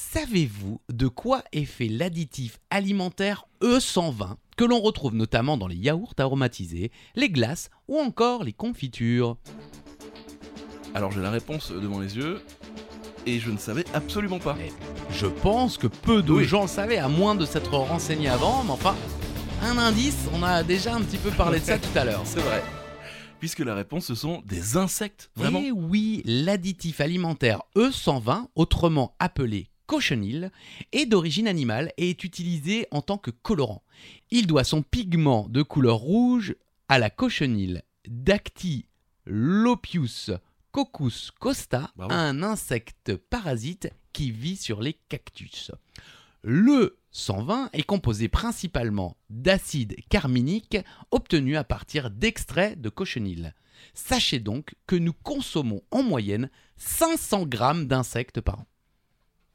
[SPEAKER 3] Savez-vous de quoi est fait l'additif alimentaire E120 que l'on retrouve notamment dans les yaourts aromatisés, les glaces ou encore les confitures
[SPEAKER 1] Alors j'ai la réponse devant les yeux et je ne savais absolument pas.
[SPEAKER 3] Je pense que peu de
[SPEAKER 1] Oui.
[SPEAKER 3] gens le savaient, à moins de s'être renseignés avant, mais enfin, un indice, on a déjà un petit peu parlé
[SPEAKER 1] (laughs)
[SPEAKER 3] de ça tout à l'heure.
[SPEAKER 1] C'est vrai. Puisque la réponse ce sont des insectes, vraiment.
[SPEAKER 3] Eh oui, l'additif alimentaire E120, autrement appelé cochineal, est d'origine animale et est utilisé en tant que colorant. Il doit son pigment de couleur rouge à la cochineal Dactylopius coccus costa,
[SPEAKER 1] Bravo.
[SPEAKER 3] un insecte parasite qui vit sur les cactus. Le 120 est composé principalement d'acide carminique obtenu à partir d'extraits de cochineal. Sachez donc que nous consommons en moyenne 500 grammes d'insectes par an.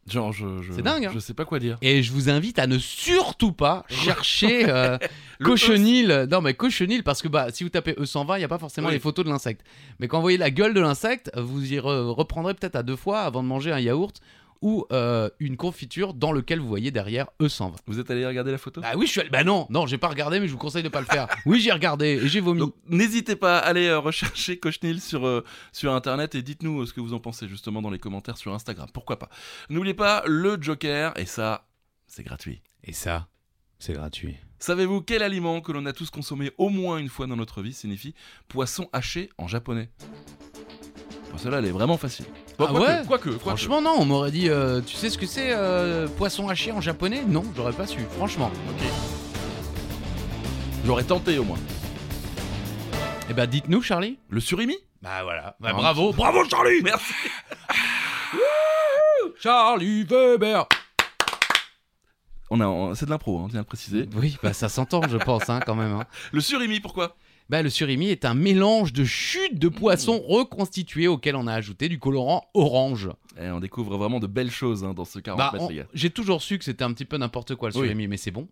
[SPEAKER 1] Genre je, je
[SPEAKER 3] Eh. C'est dingue, hein.
[SPEAKER 1] je sais pas quoi dire.
[SPEAKER 3] Et je vous invite à ne surtout pas chercher euh,
[SPEAKER 1] Le
[SPEAKER 3] (laughs) cochenil. Non mais cochenil parce que bah si vous tapez E120, il n'y a pas forcément
[SPEAKER 1] Oui.
[SPEAKER 3] les photos de l'insecte. Mais quand vous voyez la gueule de l'insecte, vous y re- reprendrez peut-être à deux fois avant de manger un yaourt ou euh, une confiture dans lequel vous voyez derrière E120.
[SPEAKER 1] Vous êtes allé regarder la photo
[SPEAKER 3] Bah oui, je suis allé- Bah non, non, j'ai pas regardé, mais je vous conseille de pas le (laughs) faire. Oui, j'ai regardé et j'ai vomi.
[SPEAKER 1] Donc n'hésitez pas à aller euh, rechercher Cochenil sur, euh, sur internet et dites-nous euh, ce que vous en pensez justement dans les commentaires sur Instagram. Pourquoi pas N'oubliez pas le Joker et ça, c'est gratuit.
[SPEAKER 3] Et ça, c'est gratuit.
[SPEAKER 1] Savez-vous quel aliment que l'on a tous consommé au moins une fois dans notre vie signifie poisson haché en japonais Bon, Celle-là, elle est vraiment facile. Bon,
[SPEAKER 3] Ah
[SPEAKER 1] quoique,
[SPEAKER 3] ouais
[SPEAKER 1] quoique, quoique.
[SPEAKER 3] Franchement, non, on m'aurait dit, euh, tu sais ce que c'est, euh, poisson haché en japonais Non, j'aurais pas su, franchement.
[SPEAKER 1] Ok. J'aurais tenté au moins.
[SPEAKER 3] Eh ben, dites-nous, Charlie.
[SPEAKER 1] Le surimi
[SPEAKER 3] Bah voilà,
[SPEAKER 1] Ah,
[SPEAKER 3] bravo, bravo, Charlie
[SPEAKER 1] Merci
[SPEAKER 3] Charlie Weber
[SPEAKER 1] On a, on- c'est de l'impro, hein, je tiens à le préciser.
[SPEAKER 3] Oui, bah, ça s'entend, je pense, hein, quand même. hein.
[SPEAKER 1] Le surimi, pourquoi
[SPEAKER 3] (laughs) Bah, le surimi est un mélange de chutes de poissons reconstituées auquel on a ajouté du colorant orange.
[SPEAKER 1] Eh, On découvre vraiment de belles choses hein, dans ce 40
[SPEAKER 3] Bah,
[SPEAKER 1] mètres,
[SPEAKER 3] on-
[SPEAKER 1] les gars.
[SPEAKER 3] j'ai toujours su que c'était un petit peu n'importe quoi le
[SPEAKER 1] Oui.
[SPEAKER 3] surimi, mais c'est bon.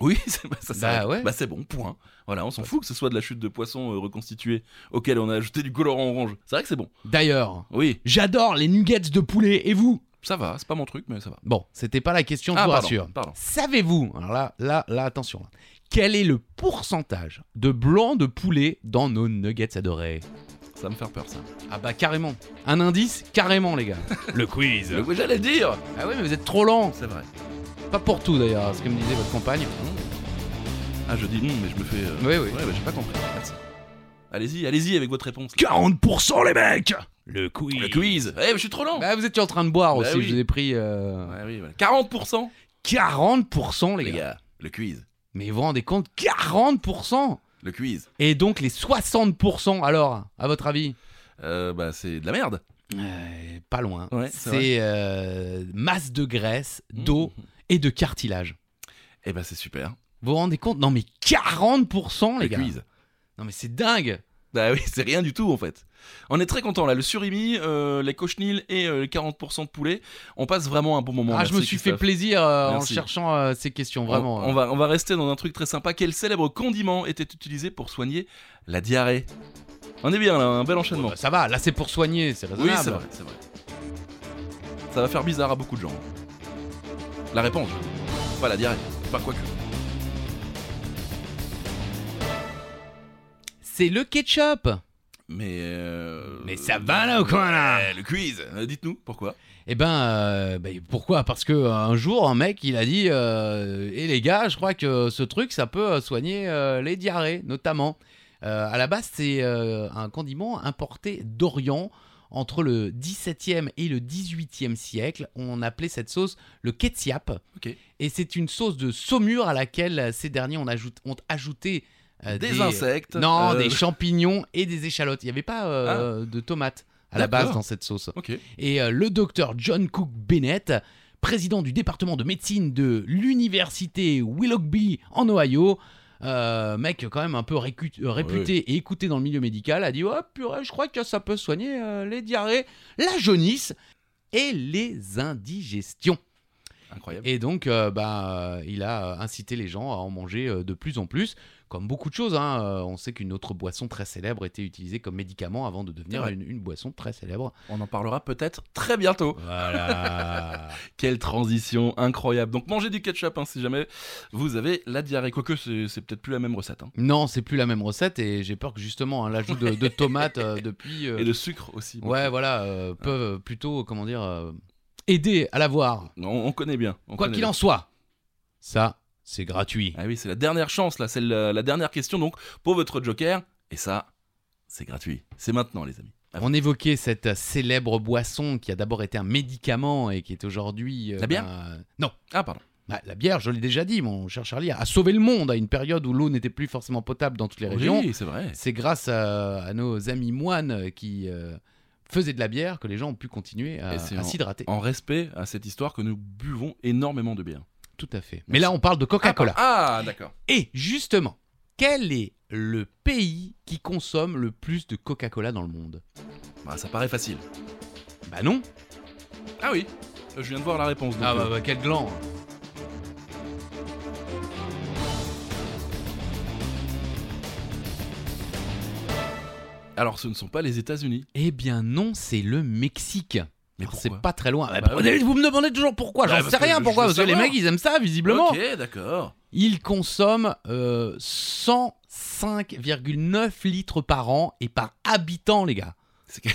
[SPEAKER 1] Oui, (laughs) c'est- bah, ça
[SPEAKER 3] Bah,
[SPEAKER 1] s'arrête.
[SPEAKER 3] ouais.
[SPEAKER 1] Bah, c'est bon, point. Voilà, on s'en fout que ce soit de la chute de poisson euh, reconstituée auquel on a ajouté du colorant orange. C'est vrai que c'est bon.
[SPEAKER 3] D'ailleurs,
[SPEAKER 1] Oui,
[SPEAKER 3] j'adore les nuggets de poulet, et vous
[SPEAKER 1] ça va, c'est pas mon truc, mais ça va.
[SPEAKER 3] Bon, c'était pas la question, je
[SPEAKER 1] Ah,
[SPEAKER 3] vous
[SPEAKER 1] pardon,
[SPEAKER 3] rassure.
[SPEAKER 1] pardon.
[SPEAKER 3] Savez-vous, alors là, là, là, attention, là. quel est le pourcentage de blanc de poulet dans nos nuggets adorés
[SPEAKER 1] Ça va me faire peur, ça.
[SPEAKER 3] Ah bah carrément. Un indice Carrément les gars. le quiz.
[SPEAKER 1] Le- J'allais le dire
[SPEAKER 3] Ah oui mais vous êtes trop lent.
[SPEAKER 1] C'est vrai.
[SPEAKER 3] Pas pour tout d'ailleurs, ce que me disait votre compagne.
[SPEAKER 1] Ah, je dis non, mais je me fais. euh,
[SPEAKER 3] Oui oui.
[SPEAKER 1] Ouais, bah, j'ai pas compris. Merci. Allez-y, allez-y avec votre réponse.
[SPEAKER 3] 40% les mecs Le quiz.
[SPEAKER 1] Le quiz Eh, mais je suis trop lent
[SPEAKER 3] Bah vous étiez en train de boire
[SPEAKER 1] Bah
[SPEAKER 3] aussi,
[SPEAKER 1] oui.
[SPEAKER 3] je vous ai pris euh,
[SPEAKER 1] Ouais, oui, voilà. 40%
[SPEAKER 3] 40% les,
[SPEAKER 1] Les
[SPEAKER 3] gars.
[SPEAKER 1] gars, le quiz.
[SPEAKER 3] Mais vous vous rendez compte 40%
[SPEAKER 1] Le quiz.
[SPEAKER 3] Et donc les 60% alors, à votre avis
[SPEAKER 1] Euh, bah, c'est de la merde.
[SPEAKER 3] Euh, Pas loin. Mmh.
[SPEAKER 1] Ouais, c'est vrai.
[SPEAKER 3] c'est euh, masse de graisse, d'eau et de cartilage.
[SPEAKER 1] Eh bah, c'est super.
[SPEAKER 3] Vous vous rendez compte Non mais 40% les
[SPEAKER 1] le
[SPEAKER 3] gars.
[SPEAKER 1] quiz.
[SPEAKER 3] Non mais c'est dingue.
[SPEAKER 1] Bah oui, c'est rien du tout en fait. On est très content là, le surimi, euh, les cochenilles et euh, les 40% de poulet, on passe vraiment un bon moment.
[SPEAKER 3] ah, je
[SPEAKER 1] Merci,
[SPEAKER 3] me suis
[SPEAKER 1] Christophe.
[SPEAKER 3] fait plaisir euh, en
[SPEAKER 1] Merci.
[SPEAKER 3] cherchant euh, ces questions,
[SPEAKER 1] On-
[SPEAKER 3] vraiment.
[SPEAKER 1] On, va, on va rester dans un truc très sympa. Quel célèbre condiment était utilisé pour soigner la diarrhée On est bien là, un bel enchaînement.
[SPEAKER 3] Ouais, bah, ça va, là c'est pour soigner, c'est
[SPEAKER 1] oui,
[SPEAKER 3] raisonnable.
[SPEAKER 1] c'est vrai, c'est vrai. Ça va faire bizarre à beaucoup de gens. La réponse, pas la diarrhée, pas quoi que.
[SPEAKER 3] C'est le ketchup.
[SPEAKER 1] Mais. euh,
[SPEAKER 3] Mais ça va, là, ou quoi, là
[SPEAKER 1] Ouais, Le quiz, Euh, dites-nous pourquoi.
[SPEAKER 3] Eh ben, euh, ben, pourquoi Parce que euh, un jour, un mec, il a dit euh, Eh les gars, je crois que ce truc, ça peut euh, soigner euh, les diarrhées, notamment. Euh, à la base, c'est euh, un condiment importé d'Orient. Entre le 17e et le 18e siècle, on appelait cette sauce le ketchup.
[SPEAKER 1] Ok.
[SPEAKER 3] Et c'est une sauce de saumure à laquelle euh, ces derniers ont, ajout- ont ajouté euh,
[SPEAKER 1] des, insectes.
[SPEAKER 3] Non,
[SPEAKER 1] euh, (laughs) Ah.
[SPEAKER 3] des champignons et des échalotes. Il n'y avait pas euh, de tomates à la base
[SPEAKER 1] D'accord.
[SPEAKER 3] dans cette sauce.
[SPEAKER 1] Ok.
[SPEAKER 3] Et euh, le docteur John Cook Bennett, président du département de médecine de l'université Willoughby en Ohio, euh, mec quand même un peu récu- euh, réputé et écouté dans le milieu médical, a dit Oh purée, je crois que ça peut soigner euh, les diarrhées, la jaunisse et les indigestions.
[SPEAKER 1] Incroyable.
[SPEAKER 3] Et donc, euh, bah, euh, il a euh, incité les gens à en manger euh, de plus en plus, comme beaucoup de choses. hein. Euh, on sait qu'une autre boisson très célèbre était utilisée comme médicament avant de devenir
[SPEAKER 1] Ouais.
[SPEAKER 3] une, une boisson très célèbre.
[SPEAKER 1] On en parlera peut-être très bientôt.
[SPEAKER 3] (laughs) Voilà.
[SPEAKER 1] Quelle transition incroyable. Donc mangez du ketchup hein, si jamais vous avez la diarrhée. Quoique c'est, c'est peut-être plus la même recette. hein.
[SPEAKER 3] non, c'est plus la même recette et j'ai peur que justement hein, l'ajout de, de
[SPEAKER 1] (laughs)
[SPEAKER 3] tomates euh, depuis. euh,
[SPEAKER 1] Et de sucre aussi. beaucoup.
[SPEAKER 3] Ouais, voilà, euh, peuvent euh, plutôt, comment dire, euh, aider à l'avoir.
[SPEAKER 1] On, on connaît bien. on
[SPEAKER 3] Quoi
[SPEAKER 1] connaît
[SPEAKER 3] qu'il
[SPEAKER 1] bien.
[SPEAKER 3] en soit, ça, c'est gratuit.
[SPEAKER 1] Ah oui, c'est la dernière chance là. C'est la, la dernière question donc pour votre joker. Et ça, c'est gratuit. C'est maintenant les amis. Ah,
[SPEAKER 3] On évoquait cette célèbre boisson qui a d'abord été un médicament et qui est aujourd'hui. euh,
[SPEAKER 1] La bière
[SPEAKER 3] ben, Non,
[SPEAKER 1] Ah pardon.
[SPEAKER 3] Bah, la bière, je l'ai déjà dit, mon cher Charlie, a sauvé le monde à une période où l'eau n'était plus forcément potable dans toutes les régions.
[SPEAKER 1] Oui, c'est vrai.
[SPEAKER 3] C'est grâce à, à nos amis moines qui euh, faisaient de la bière que les gens ont pu continuer à,
[SPEAKER 1] Et c'est
[SPEAKER 3] à
[SPEAKER 1] en-
[SPEAKER 3] s'hydrater.
[SPEAKER 1] En respect à cette histoire que nous buvons énormément de bière.
[SPEAKER 3] Tout à fait. Mais là, on parle de Coca-Cola.
[SPEAKER 1] Ah, d'accord.
[SPEAKER 3] Et justement, quel est le pays qui consomme le plus de Coca-Cola dans le monde
[SPEAKER 1] Bah, ça paraît facile.
[SPEAKER 3] Bah non.
[SPEAKER 1] Ah oui. Je viens de voir la réponse. donc,
[SPEAKER 3] Ah
[SPEAKER 1] euh,
[SPEAKER 3] bah, bah, quel gland. bah.
[SPEAKER 1] Alors ce ne sont pas les États-Unis.
[SPEAKER 3] Eh bien non, c'est le Mexique.
[SPEAKER 1] Mais
[SPEAKER 3] Alors, c'est
[SPEAKER 1] Ah, pourquoi
[SPEAKER 3] pas très loin. Bah,
[SPEAKER 1] Bah, oui.
[SPEAKER 3] Vous me demandez toujours pourquoi.
[SPEAKER 1] Bah,
[SPEAKER 3] J'en
[SPEAKER 1] parce
[SPEAKER 3] sais
[SPEAKER 1] que je
[SPEAKER 3] rien
[SPEAKER 1] veux
[SPEAKER 3] pourquoi. Parce que les
[SPEAKER 1] savoir.
[SPEAKER 3] mecs, ils aiment ça visiblement.
[SPEAKER 1] Ok, d'accord.
[SPEAKER 3] Il consomme euh, 105,9 litres par an et par habitant, les gars.
[SPEAKER 1] C'est que-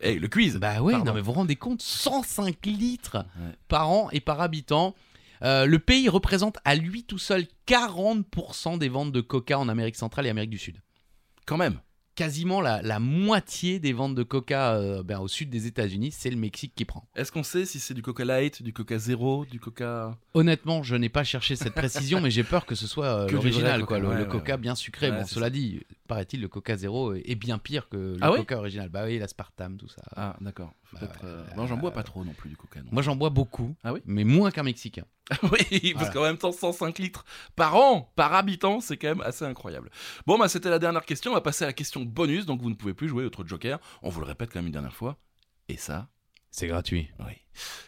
[SPEAKER 1] Hey, Eh, le quiz.
[SPEAKER 3] Bah oui,
[SPEAKER 1] Pardon.
[SPEAKER 3] non mais vous vous rendez compte 105 litres
[SPEAKER 1] Ouais.
[SPEAKER 3] par an et par habitant. Euh, le pays représente à lui tout seul 40% des ventes de coca en Amérique centrale et Amérique du Sud.
[SPEAKER 1] Quand même.
[SPEAKER 3] Quasiment la, la moitié des ventes de coca euh, ben, au sud des États-Unis, c'est le Mexique qui prend.
[SPEAKER 1] Est-ce qu'on sait si c'est du Coca Light, du Coca Zéro, du Coca
[SPEAKER 3] Honnêtement, je n'ai pas cherché cette
[SPEAKER 1] (laughs)
[SPEAKER 3] précision, mais j'ai peur que ce soit euh,
[SPEAKER 1] Que du vrai
[SPEAKER 3] l'original,
[SPEAKER 1] Coca,
[SPEAKER 3] quoi. Le,
[SPEAKER 1] ouais,
[SPEAKER 3] le
[SPEAKER 1] ouais,
[SPEAKER 3] coca bien sucré.
[SPEAKER 1] Ouais,
[SPEAKER 3] bon,
[SPEAKER 1] c'est
[SPEAKER 3] cela dit, paraît-il, le coca zéro est bien pire que le
[SPEAKER 1] Ah ouais
[SPEAKER 3] coca original. Bah oui, l'aspartame, tout ça.
[SPEAKER 1] Ah, d'accord.
[SPEAKER 3] Bah
[SPEAKER 1] Peut-être,
[SPEAKER 3] ouais,
[SPEAKER 1] (laughs) euh, Non, j'en bois pas trop non plus du Coca. non.
[SPEAKER 3] Moi, j'en bois beaucoup,
[SPEAKER 1] Ah oui
[SPEAKER 3] mais moins qu'un Mexicain.
[SPEAKER 1] oui, parce
[SPEAKER 3] Voilà.
[SPEAKER 1] qu'en même temps, 105 litres par an, par habitant, c'est quand même assez incroyable. Bon, bah, c'était la dernière question. On va passer à la question bonus. Donc, vous ne pouvez plus jouer autre Joker. On vous le répète quand même une dernière fois. Et ça,
[SPEAKER 3] C'est gratuit.
[SPEAKER 1] oui.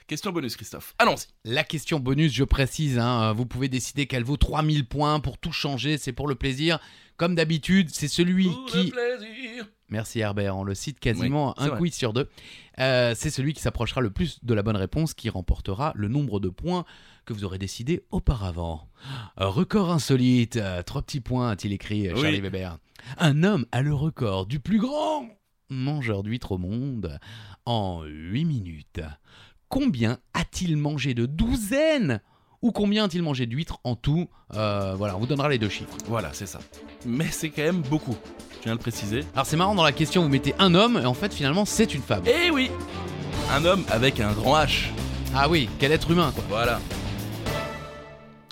[SPEAKER 1] Question bonus, Christophe. Allons-y.
[SPEAKER 3] La question bonus, je précise, hein, euh, vous pouvez décider qu'elle vaut 3000 points pour tout changer, c'est pour le plaisir. Comme d'habitude, c'est celui
[SPEAKER 1] Pour le
[SPEAKER 3] qui...
[SPEAKER 1] plaisir.
[SPEAKER 3] Merci Herbert, on le cite quasiment
[SPEAKER 1] c'est
[SPEAKER 3] un
[SPEAKER 1] vrai.
[SPEAKER 3] quiz sur deux. Euh, c'est celui qui s'approchera le plus de la bonne réponse qui remportera le nombre de points que vous aurez décidé auparavant. Un record insolite, euh, trois petits points a-t-il écrit euh,
[SPEAKER 1] Oui.
[SPEAKER 3] Charlie Weber. Un homme a le record du plus grand mangeur d'huîtres au monde en 8 minutes. Combien a-t-il mangé de douzaines ou combien a-t-il mangé d'huîtres en tout Euh, Voilà, on vous donnera les deux chiffres.
[SPEAKER 1] Voilà, c'est ça. Mais c'est quand même beaucoup. Je viens de le préciser.
[SPEAKER 3] Alors c'est marrant, dans la question vous mettez un homme et en fait finalement c'est une femme.
[SPEAKER 1] Eh oui Un homme avec un grand H.
[SPEAKER 3] Ah oui, quel être humain quoi.
[SPEAKER 1] Voilà.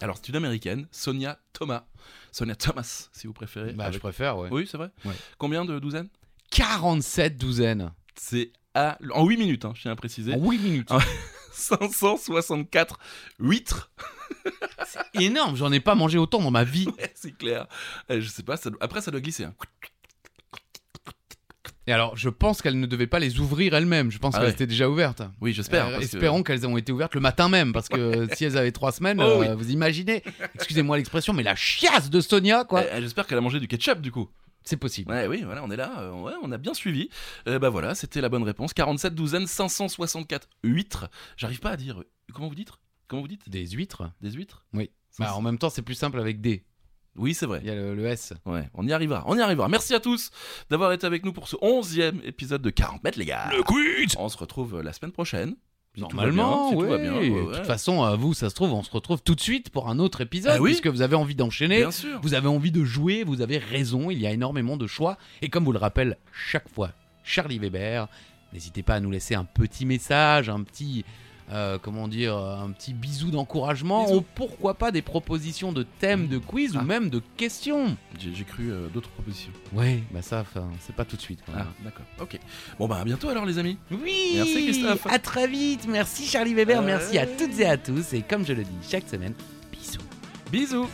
[SPEAKER 1] Alors, c'est une américaine, Sonia Thomas. Sonia Thomas, si vous préférez.
[SPEAKER 3] Bah,
[SPEAKER 1] Avec-
[SPEAKER 3] je préfère, ouais.
[SPEAKER 1] Oui, c'est vrai.
[SPEAKER 3] Ouais.
[SPEAKER 1] Combien de douzaines
[SPEAKER 3] 47 douzaines.
[SPEAKER 1] C'est à... en 8 minutes, hein, je tiens à préciser. (laughs)
[SPEAKER 3] En 8 minutes.
[SPEAKER 1] Ah. 564 huîtres, (laughs)
[SPEAKER 3] Énorme, j'en ai pas mangé autant dans ma vie.
[SPEAKER 1] Eh, c'est clair. Euh, Je sais pas, ça doit- après ça doit glisser. hein.
[SPEAKER 3] Et alors, je pense qu'elle ne devait pas les ouvrir elle-même. Je pense
[SPEAKER 1] Ah
[SPEAKER 3] qu'elles
[SPEAKER 1] ouais.
[SPEAKER 3] étaient déjà ouvertes.
[SPEAKER 1] Oui, j'espère.
[SPEAKER 3] Euh,
[SPEAKER 1] parce que- Eh,
[SPEAKER 3] espérons qu'elles ont été ouvertes le matin même, parce que euh, si elles avaient trois
[SPEAKER 1] (laughs)
[SPEAKER 3] semaines,
[SPEAKER 1] Oh
[SPEAKER 3] euh, vous imaginez, excusez-moi l'expression, mais la chiasse de Sonia, quoi.
[SPEAKER 1] Euh, J'espère qu'elle a mangé du ketchup du coup.
[SPEAKER 3] C'est possible.
[SPEAKER 1] Ouais, oui, voilà, on est là, euh, ouais, on a bien suivi. Euh, bah voilà, c'était la bonne réponse. 47 douzaines, 564 huîtres. J'arrive pas à dire. Comment vous dites Comment vous dites
[SPEAKER 3] Des huîtres.
[SPEAKER 1] Des huîtres
[SPEAKER 3] Oui.
[SPEAKER 1] Cinq-
[SPEAKER 3] Bah, en même temps, c'est plus simple avec des.
[SPEAKER 1] Oui, c'est vrai.
[SPEAKER 3] Il y a le, le S.
[SPEAKER 1] Ouais, on y arrivera, on y arrivera. Merci à tous d'avoir été avec nous pour ce 11e épisode de 40 mètres, les gars.
[SPEAKER 3] quiz
[SPEAKER 1] On se retrouve euh, la semaine prochaine. Si tout va bien,
[SPEAKER 3] Normalement,
[SPEAKER 1] si tout
[SPEAKER 3] oui.
[SPEAKER 1] va bien, ouais,
[SPEAKER 3] De
[SPEAKER 1] ouais.
[SPEAKER 3] toute façon, à vous, ça se trouve, on se retrouve tout de suite pour un autre épisode,
[SPEAKER 1] Ah oui.
[SPEAKER 3] puisque vous avez envie d'enchaîner.
[SPEAKER 1] Bien sûr.
[SPEAKER 3] Vous avez envie de jouer, vous avez raison, il y a énormément de choix. Et comme vous le rappelle chaque fois Charlie Weber, n'hésitez pas à nous laisser un petit message, un petit. euh, comment dire, un petit bisou d'encouragement
[SPEAKER 1] Bisou.
[SPEAKER 3] ou pourquoi pas des propositions de thèmes de quiz
[SPEAKER 1] Ah.
[SPEAKER 3] ou même de questions.
[SPEAKER 1] J'ai j'ai cru euh, d'autres propositions.
[SPEAKER 3] Ouais, bah ça, enfin, c'est pas tout de suite. quand
[SPEAKER 1] Ah,
[SPEAKER 3] même.
[SPEAKER 1] d'accord. Ok. Bon, bah à bientôt alors, les amis.
[SPEAKER 3] Oui,
[SPEAKER 1] Merci, Christophe.
[SPEAKER 3] À très vite, merci Charlie Weber,
[SPEAKER 1] Euh.
[SPEAKER 3] merci à toutes et à tous. Et comme je le dis chaque semaine, bisous.
[SPEAKER 1] Bisous.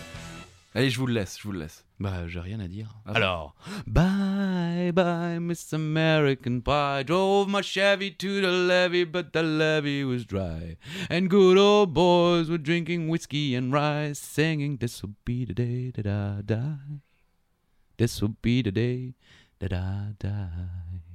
[SPEAKER 1] Allez, je vous le laisse, je vous le laisse.
[SPEAKER 3] Bah, j'ai rien à dire.
[SPEAKER 1] Ah bon
[SPEAKER 3] Alors, bye bye, Miss American Pie. Drove my Chevy to the levee, but the levee was dry. And good old boys were drinking whiskey and rye, singing, This'll be the day that I die. This'll be the day that I die.